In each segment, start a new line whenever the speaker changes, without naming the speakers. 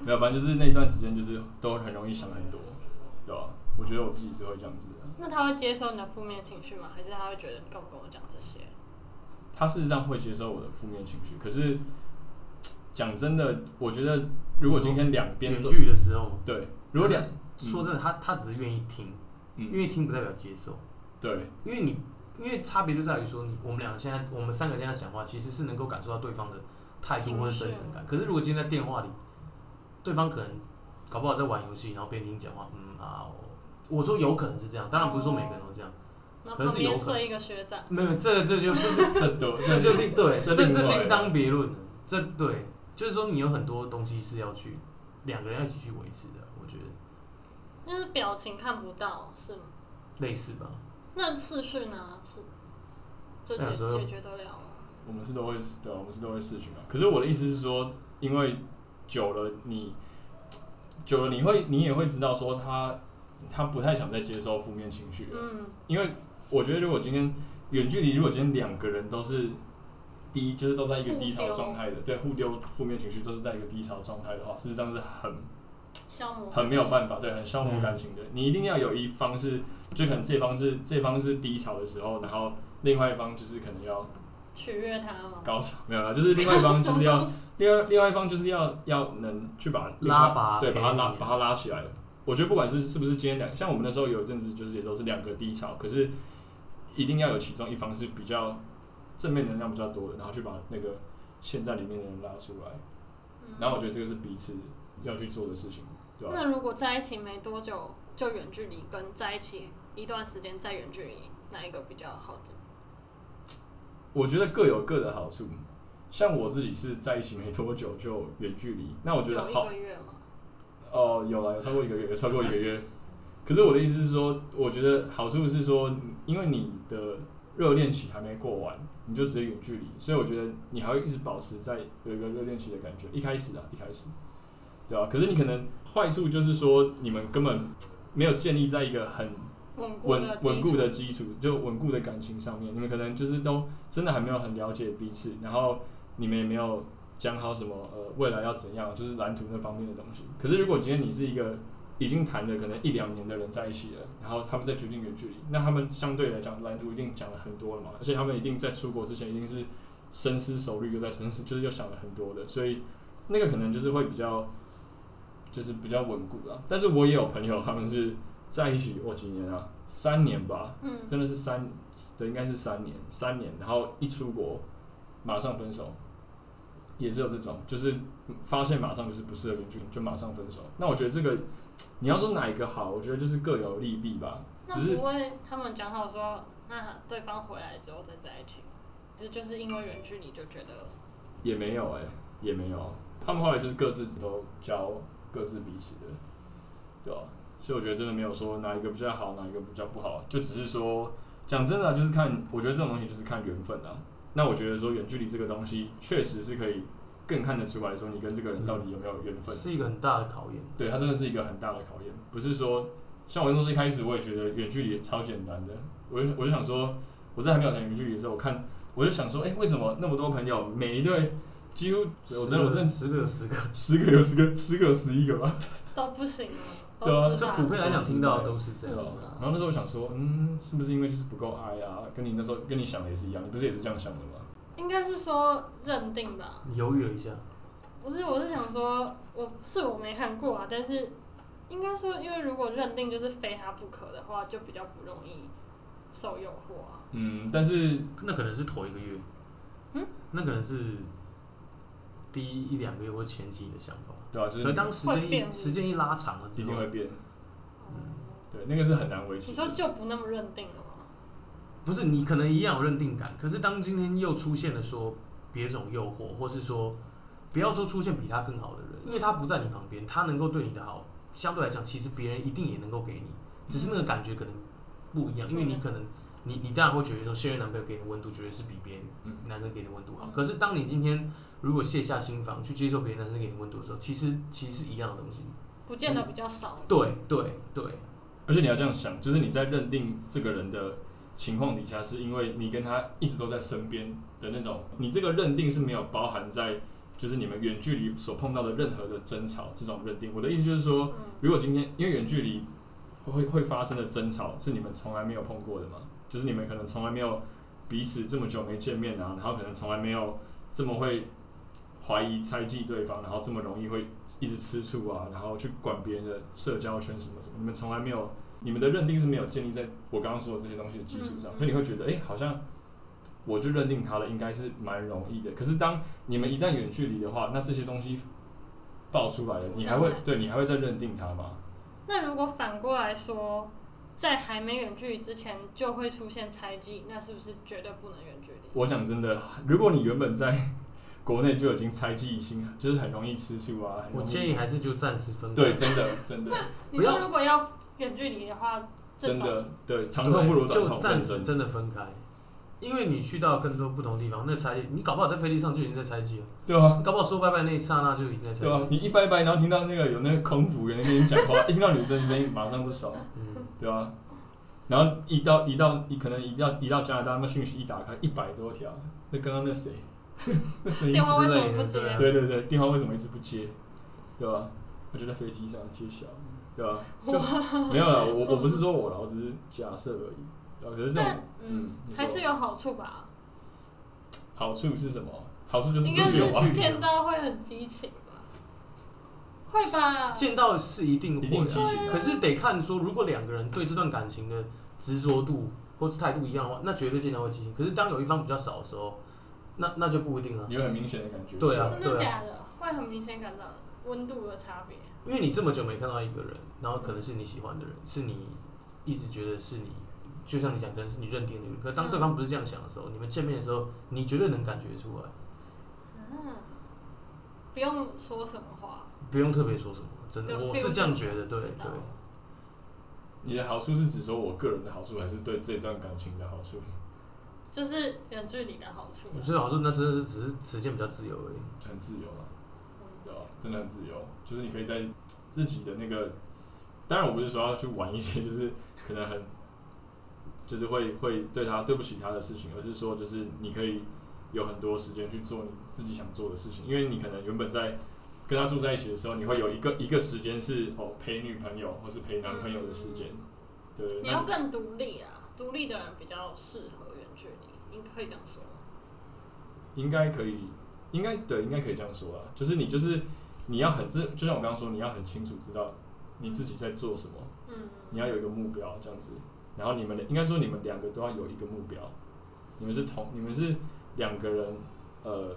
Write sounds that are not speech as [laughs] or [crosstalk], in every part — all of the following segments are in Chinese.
没有，反正就是那一段时间就是都很容易想很多，对吧、我觉得我自己是会这样子的，
那他会接受你的负面情绪吗？还是他会觉得你干嘛跟我讲这些？
他事实上会接受我的负面情绪，可是讲真的，我觉得如果今天两边
远
都
距的时候，
对，如果两嗯
说真的，他他只是愿意听，
嗯
愿意听不代表接受，
对
因为你因为差别就在于说，我们两个现在我们三个现在讲话，其实是能够感受到对方的态度
情
或者
绪
真诚感。可是如果今天在电话里，对方可能搞不好在玩游戏，然后边听你讲话，嗯啊，我我说有可能是这样，当然不是说每个人都这样，
那
可是
旁边
有可能
睡一个学长，
没有这个这就这就
这都
这就另对，
这
这
另
这
外
另当别论了。这对，就是说你有很多东西是要去两个人要一起去维持的，我觉得
就是表情看不到是吗？
类似吧。
那视讯呢？是就
那
解
有时候
解决得了吗？
我们是都会，对啊、我们是都会试训啊。可是我的意思是说，因为久了你，久了你会，你也会知道说他，他不太想再接收负面情绪了。
嗯，
因为我觉得，如果今天远距离，如果今天两个人都是低，就是都在一个低潮状态的，对，互丢负面情绪都是在一个低潮状态的话，事实上是很
消磨
很没有办法，对，很消磨感情的。你一定要有一方是，就可能这方是这方是低潮的时候，然后另外一方就是可能要
取悦他吗？
高潮，没有啦，就是另外一方就是
[laughs] 什么
要
东西
另外另外一方就是要要能去把另外
拉拔
对，把他拉
陪你
把他拉起来了。我觉得不管是是不是今天两，像我们那时候有一阵子就是也都是两个低潮，可是一定要有其中一方是比较正面能量比较多的，然后去把那个陷在里面的人拉出来。
嗯
然后我觉得这个是彼此要去做的事情，对吧、
那如果在一起没多久就远距离，跟在一起一段时间再远距离，哪一个比较好？
我觉得各有各的好处。像我自己是在一起没多久就远距离，那我觉得
有一
好
个月吗？
哦，有了，有超过一个月，有超过一个月。 [laughs] 可是我的意思是说，我觉得好处是说，因为你的热恋期还没过完，你就直接远距离，所以我觉得你还会一直保持在有一个热恋期的感觉。一开始啊，一开始，对吧、可是你可能坏处就是说，你们根本没有建立在一个很
稳固
稳
的基
稳固
础
的基础，就稳固的感情上面，你们可能就是都真的还没有很了解彼此，然后你们也没有讲好什么呃未来要怎样，就是蓝图那方面的东西。可是如果今天你是一个已经谈了可能一两年的人在一起了，然后他们再决定远距离，那他们相对来讲蓝图一定讲了很多了嘛，而且他们一定在出国之前一定是深思熟虑，又在深思，就是又想了很多的，所以那个可能就是会比较就是比较稳固啦。但是我也有朋友他们是。在一起我几年啊，三年吧，
嗯
真的是三，对，应该是三年，三年，然后一出国马上分手，也是有这种，就是发现马上就是不适合远距离，就马上分手。那我觉得这个，你要说哪一个好，我觉得就是各有利弊吧。只
那
是
不会他们讲好说，那对方回来之后再在一起，这就是因为远距离就觉得
也没有哎、也没有。他们后来就是各自都教各自彼此的，对吧、所以我觉得真的没有说哪一个比较好，哪一个比较不好，就只是说讲真的啊、就是看我觉得这种东西就是看缘分啊。那我觉得说远距离这个东西确实是可以更看得出来说你跟这个人到底有没有缘分，
是一个很大的考验。
对，它真的是一个很大的考验。不是说像我那时候一开始我也觉得远距离超简单的，我就我就想说，我在还没有谈远距离的时候，我看我就想说，哎、为什么那么多朋友每一对几乎我真的我真的
十个有十个，
十个有十个十个有十一个吧，
都不行了，都
对啊
失
这
败
普
了。
遍来讲听到的都是这
对
样
吧。哦
是啊
[laughs] 然后那时候我想说，嗯，是不是因为就是不够爱啊？跟你那时候跟你想的也是一样，你不是也是这样想的吗？
应该是说认定吧，
你犹豫了一下，
不是，我是想说，我是我没看过啊，但是应该说，因为如果认定就是非他不可的话，就比较不容易受诱惑啊。
嗯，但是
那可能是头一个月，
嗯，
那可能是第一一两个月或前期的想法。
对啊，就是
可当时间
会变
一时间一拉长了之
一定
后
会，变，对，那个是很难维持
你
的。
说就不那么认定了吗？
不是你可能一样有认定感，可是当今天又出现了说别种诱惑，或是说不要说出现比他更好的人，因为他不在你旁边，他能够对你的好，相对来讲，其实别人一定也能够给你，只是那个感觉可能不一样，因为你可能你你当然会觉得说现任男朋友给你的温度绝对是比别人
嗯
男生给你的温度好
嗯，
可是当你今天如果卸下心防去接受别人男生给你的温度的时候，其实其实是一样的东西，
不见得比较少。
对对对，
而且你要这样想，就是你在认定这个人的情况底下，是因为你跟他一直都在身边的那种，你这个认定是没有包含在就是你们远距离所碰到的任何的争吵这种认定。我的意思就是说，
嗯，
如果今天因为远距离会会发生的争吵是你们从来没有碰过的吗？就是你们可能从来没有彼此这么久没见面啊，然后可能从来没有这么会怀疑猜忌对方，然后这么容易会一直吃醋啊，然后去管别人的社交圈什么什么，你们从来没有，你们的认定是没有建立在我刚刚说的这些东西的基础上，
嗯嗯
所以你会觉得，哎、好像我就认定他了，应该是蛮容易的。可是当你们一旦远距离的话，那这些东西爆出来了，你还会
浮上来
对你还会再认定他吗？
那如果反过来说，在还没远距离之前就会出现猜忌，那是不是绝对不能远距离？
我讲真的，如果你原本在国内就已经猜忌心，就是很容易吃醋啊，很容
我
易
建议还是就暂时分开。
对，真的真的
你说如果要远距离的话， [laughs] 这
真
种
的对，长
对
痛不如短
就
痛，啊
暂
本
时
身
真的分开，因为你去到更多不同地方，那猜你搞不好在飞机上就已经在猜忌了，
对啊。
你搞不好说拜拜那一刹那就已经在猜
对啊
忌。，
你一拜拜，然后听到那个有那个空服员在跟你讲话，一听到女生声音，马上不爽，
嗯，
对啊。然后一到一到一可能一到一到加拿大，那讯息一打开，一百多条。那刚刚那谁， [laughs] 那声音
电
是
话为什么
之
不
类的
接？
对对对，电话为什么一直不接？对吧、我就在飞机上揭晓，对吧、就没有了，我我不是说我啦，我只是假设而已。对吧可是这种
但
嗯
嗯，
你，
还
说
是有好处吧？
好处是什么？好
嗯
处就是
应
自
该
由啊，
是见到会很激情吧？会吧？
见到是一定
一
会
定
的，
激情。
可是得看说，如果两个人对这段感情的执着度或是态度一样的话，那绝对见到会激情。可是当有一方比较少的时候，那那就不一定了，
你有很明显的感觉。
对啊
真的假的？会很明显感到温度的差别。
因为你这么久没看到一个人，然后可能是你喜欢的人，是你一直觉得是你，就像你讲，可能是你认定的人。可当对方不是这样想的时候，你们见面的时候，你绝对能感觉出来，
嗯，不用说什么话，
不用特别说什么，真的，
就
我
feel
是这样觉得，
就
对
知道
对。
你的好处是指说我个人的好处，还是对这段感情的好处？ [laughs]
就是远距离的好处。啊
我觉得好像那真的是只是时间比较自由而已。
很自由啊，你知道吧？真的很自由，就是你可以在自己的那个，当然我不是说要去玩一些就是可能很，就是会会对他对不起他的事情，而是说就是你可以有很多时间去做你自己想做的事情，因为你可能原本在跟他住在一起的时候，你会有一个一个时间是哦陪女朋友或是陪男朋友的时间，对，
嗯你
那
要更独立啊，独立的人比较适合远距离，你可以这样说吗。
应该可以，应该对，应该可以这样说啦。就是你就是你要很知，就像我刚刚说，你要很清楚知道你自己在做什么，
嗯，
你要有一个目标这样子。然后你们的应该说你们两个都要有一个目标，你们是同你们是两个人呃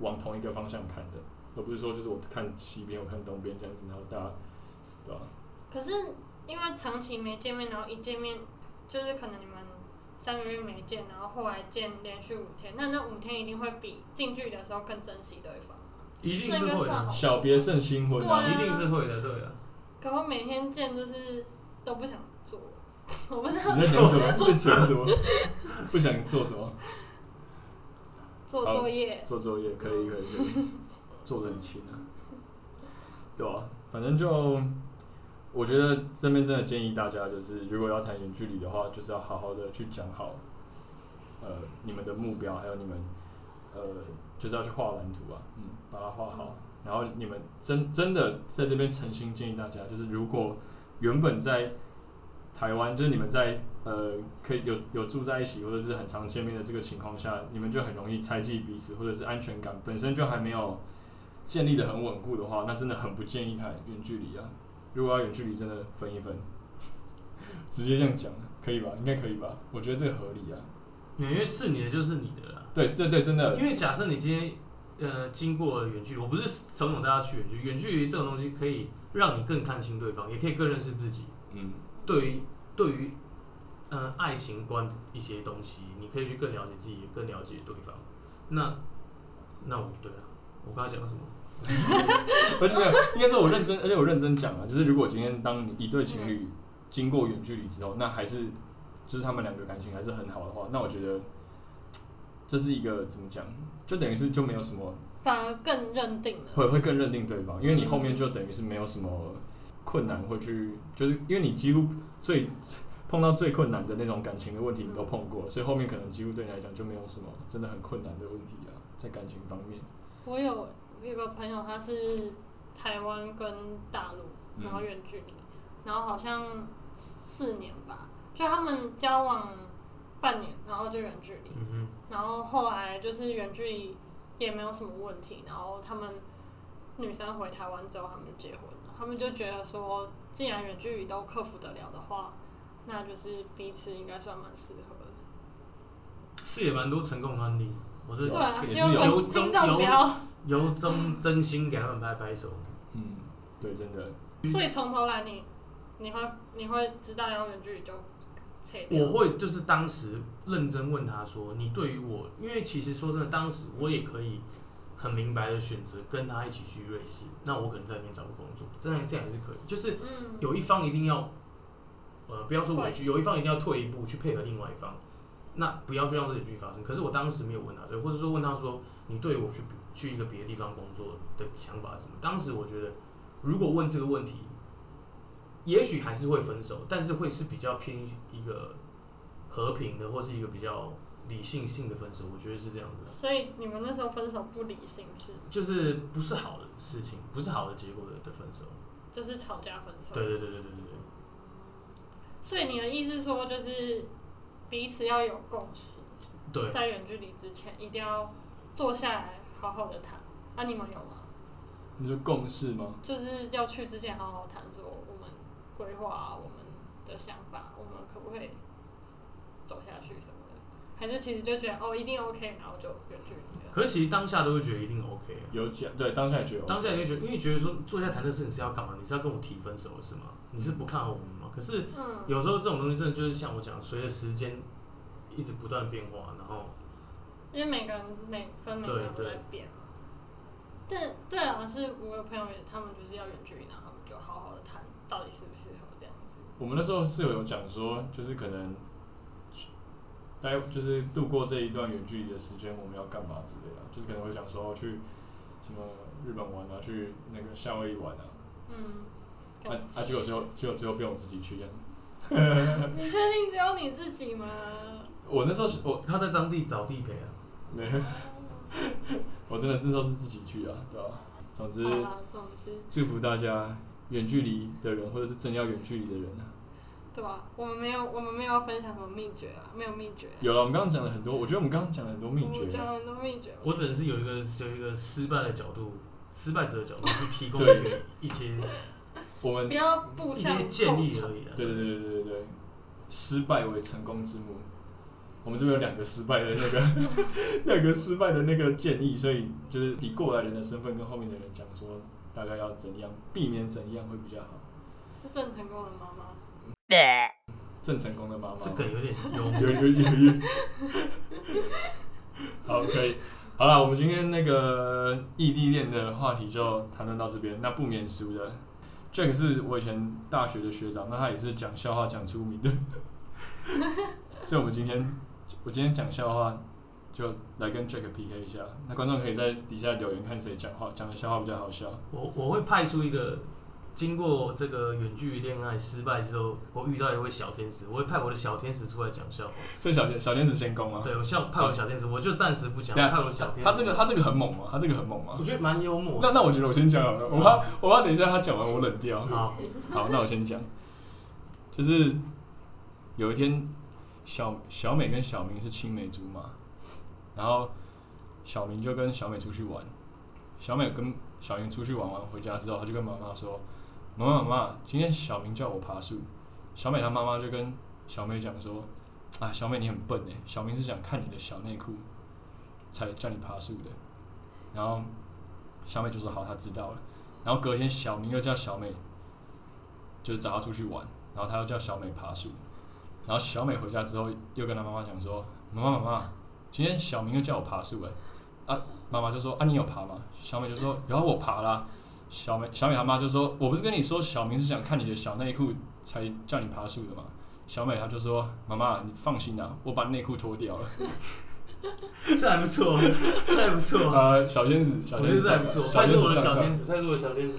往同一个方向看的，而不是说就是我看西边我看东边这样子，然后大家对吧、
可是因为长期没见面，然后一见面就是可能你们三个月没见，然后后来见连续五天，那那五天一定会比近距离的时候更珍惜对方。
一定是
这应该
会
算
的啊
好，
小别胜新婚
对
啊
啊，
一定是会的，对啊。
可我每天见就是都不想做， [laughs] 我不知道
你在想什么？在想什么？不想做什么？
做
好
作业。
做作业可以可以可以，做的很勤啊，对啊，反正就我觉得这边真的建议大家，就是如果要谈远距离的话，就是要好好的去讲好，呃，你们的目标，还有你们呃，就是要去画蓝图啊，嗯，把它画好。然后你们真真的在这边诚心建议大家，就是如果原本在台湾，就是你们在呃，可以有有住在一起或者是很常见面的这个情况下，你们就很容易猜忌彼此，或者是安全感本身就还没有建立的很稳固的话，那真的很不建议谈远距离啊。如果要远距离，真的分一分， [laughs] 直接这样讲可以吧？应该可以吧？我觉得这个合理啊。
因为是你的就是你的啦。
对对对，真的
因为假设你今天呃经过了远距离，我不是怂恿大家去远距离，远距离这种东西可以让你更看清对方，也可以更认识自己。
嗯，
对于对于呃爱情观的一些东西，你可以去更了解自己，也更了解对方。那那我对啊，我刚才讲了什么？
而且没有，应该说我认真，而且我认真讲啊，就是如果今天当你一对情侣经过远距离之后，那还是就是他们两个感情还是很好的话，那我觉得嘖这是一个怎么讲，就等于是就没有什么
反而更认定了。
会会更认定对方，因为你后面就等于是没有什么困难会去，就是因为你几乎最碰到最困难的那种感情的问题你都碰过，所以后面可能几乎对你来讲就没有什么真的很困难的问题啊，在感情方面。
我有有个朋友他是台湾跟大陆，
嗯
然后远距离，然后好像四年吧，就他们交往半年，然后就远距离，
嗯哼，
然后后来就是远距离也没有什么问题，然后他们女生回台湾之后，他们就结婚了，他们就觉得说，既然远距离都克服得了的话，那就是彼此应该算蛮适合的。
是也蛮多成功的案例，我是
有
对啊，
也是
希望
有
观听众不要。
由衷真心给他们拍拍手。
嗯，对，真的，
嗯
所以从头来你，你会你会知道要远距离就扯掉。
我会就是当时认真问他说：“你对于我，因为其实说真的，当时我也可以很明白的选择跟他一起去瑞士，那我可能在那边找个工作，这样这样也是可以。就是
嗯，
有一方一定要，呃，不要说委屈，有一方一定要退一步去配合另外一方，那不要去让这里继续发生。可是我当时没有问他这个，或者说问他说：你对于我去去一个别的地方工作的想法是什么？当时我觉得，如果问这个问题，也许还是会分手，但是会是比较偏一个和平的，或是一个比较理性性的分手。我觉得是这样子的。
所以你们那时候分手不理性是，
就是不是好的事情，不是好的结果的的分手。
就是吵架分手。
对对对对对对对，
所以你的意思是说，就是彼此要有共识，
对，
在远距离之前一定要坐下来好好的谈。啊，你们有吗？
你说共识吗？
就是要去之前好好谈，说我们规划、啊我们的想法，我们可不可以走下去什么的？还是其实就觉得哦，一定 OK，然后就远距离了。
可是其实当下都会觉得一定 OK 啊。
有讲，对，当下也觉得，
当下你就觉得，因为觉得说坐下谈这事你是要干嘛？你是要跟我提分手是吗？你是不看好我们吗？可是
嗯，
有时候这种东西真的就是像我讲，随着时间一直不断变化，然后
因为每个人每分每秒都
对
在变嘛。但对啊，是我有朋友也，他们就是要远距离，然后他们就好好的谈到底适不适合这样子。
我们那时候是有讲说，就是可能，待就是度过这一段远距离的时间，我们要干嘛之类的，啊就是可能会讲说哦去什么日本玩啊，去那个夏威夷玩啊，
嗯，
啊啊，结果最后结果最后被我自己去这样。
你确定只有你自
[laughs]
己吗？
我那时候是我
他在当地找地陪啊。
没，我真的那时候是自己去啊，对吧、总之，
好啦，总之，
祝福大家远距离的人，或者是正要远距离的人啊。
对吧、我们没有，我们没有分享什么秘诀啊，没有秘诀、啊。
有了，我们刚刚讲了很多，我觉得我们刚刚讲了很多秘
我
诀
讲
啊、
了很多秘诀。
我只能是有一个有一个失败的角度，失败者的角度去提供
对
给一些
我们
不要步
一
上
些建
后
议
尘
而已啊。
对对对对对对对，失败为成功之母。我们这边有两个失败的那 [laughs] 个，两个失败的那个建议，所以就是以过来人的身份跟后面的人讲说，大概要怎样避免怎样会比较好。
是郑成功的妈妈。
正成功的妈妈，
这梗有点幽默
有。有有有。 [laughs] 好，可以。好了，我们今天那个异地恋的话题就谈论到这边。那不免俗的，Jack 是我以前大学的学长，那他也是讲笑话讲出名的。所以我们今天，我今天讲笑话，就来跟 Jack PK 一下。那观众可以在底下留言看谁讲话讲的笑话比较好笑。
我我会派出一个经过这个远距离恋爱失败之后，我遇到一位小天使，我会派我的小天使出来讲笑话。
所以小天小天使先攻啊。
对，我笑派我的小天使，我就暂时不讲，
对啊
派我的小天使。
他这个他这个很猛吗？他这个很猛吗
我？觉得蛮幽默的。
那那我觉得我先讲好了，我怕我怕等一下他讲完我冷掉。
好，
好，那我先讲，就是有一天，小小美跟小明是青梅竹马，然后小明就跟小美出去玩，小美跟小明出去玩完回家之后，他就跟妈妈说：“妈妈妈妈，今天小明叫我爬树。”小美她妈妈就跟小美讲说：“啊，小美你很笨哎，小明是想看你的小内裤，才叫你爬树的。”然后小美就说：“好，她知道了。”然后隔天，小明又叫小美就是找他出去玩，然后他又叫小美爬树，然后小美回家之后又跟他妈妈讲说：“妈妈妈妈，今天小明又叫我爬树哎、啊！”妈妈就说：“啊，你有爬吗？”小美就说：“有啊，我爬啦。”小美小美他妈就说：“我不是跟你说小明是想看你的小内裤才叫你爬树的吗？”小美她就说：“妈妈，你放心啦、我把内裤脱掉了。
这还不错，这还不”错，
呃，小天使，小
啊我
天
觉得
使
这还不错。
上
派
场
出我的小
上
天
场
使，派出我的小天使，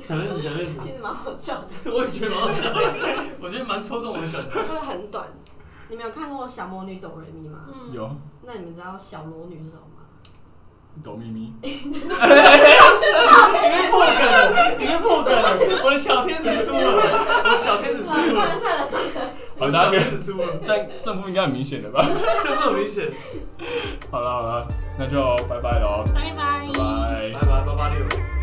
小天使，小天使，
其实蛮好笑的，
我也觉得蛮好笑的，我觉得蛮戳中我的梗。
这个很短。你们有看过《小魔女斗瑞咪》吗？
嗯，
有
那你们知道小魔女是什么吗？
狗咪咪， [laughs]
你被破梗了，你被破梗了，我的小天使输了，我的小天使输
算
了，
了算了算了，
我
好，
的
大
小
家
天
没
使输了，
这样胜负应该很明显的吧？ [laughs]
这么明显。
好了好了，那就拜拜喽，
拜拜
拜拜哎
拜。拜，八八六。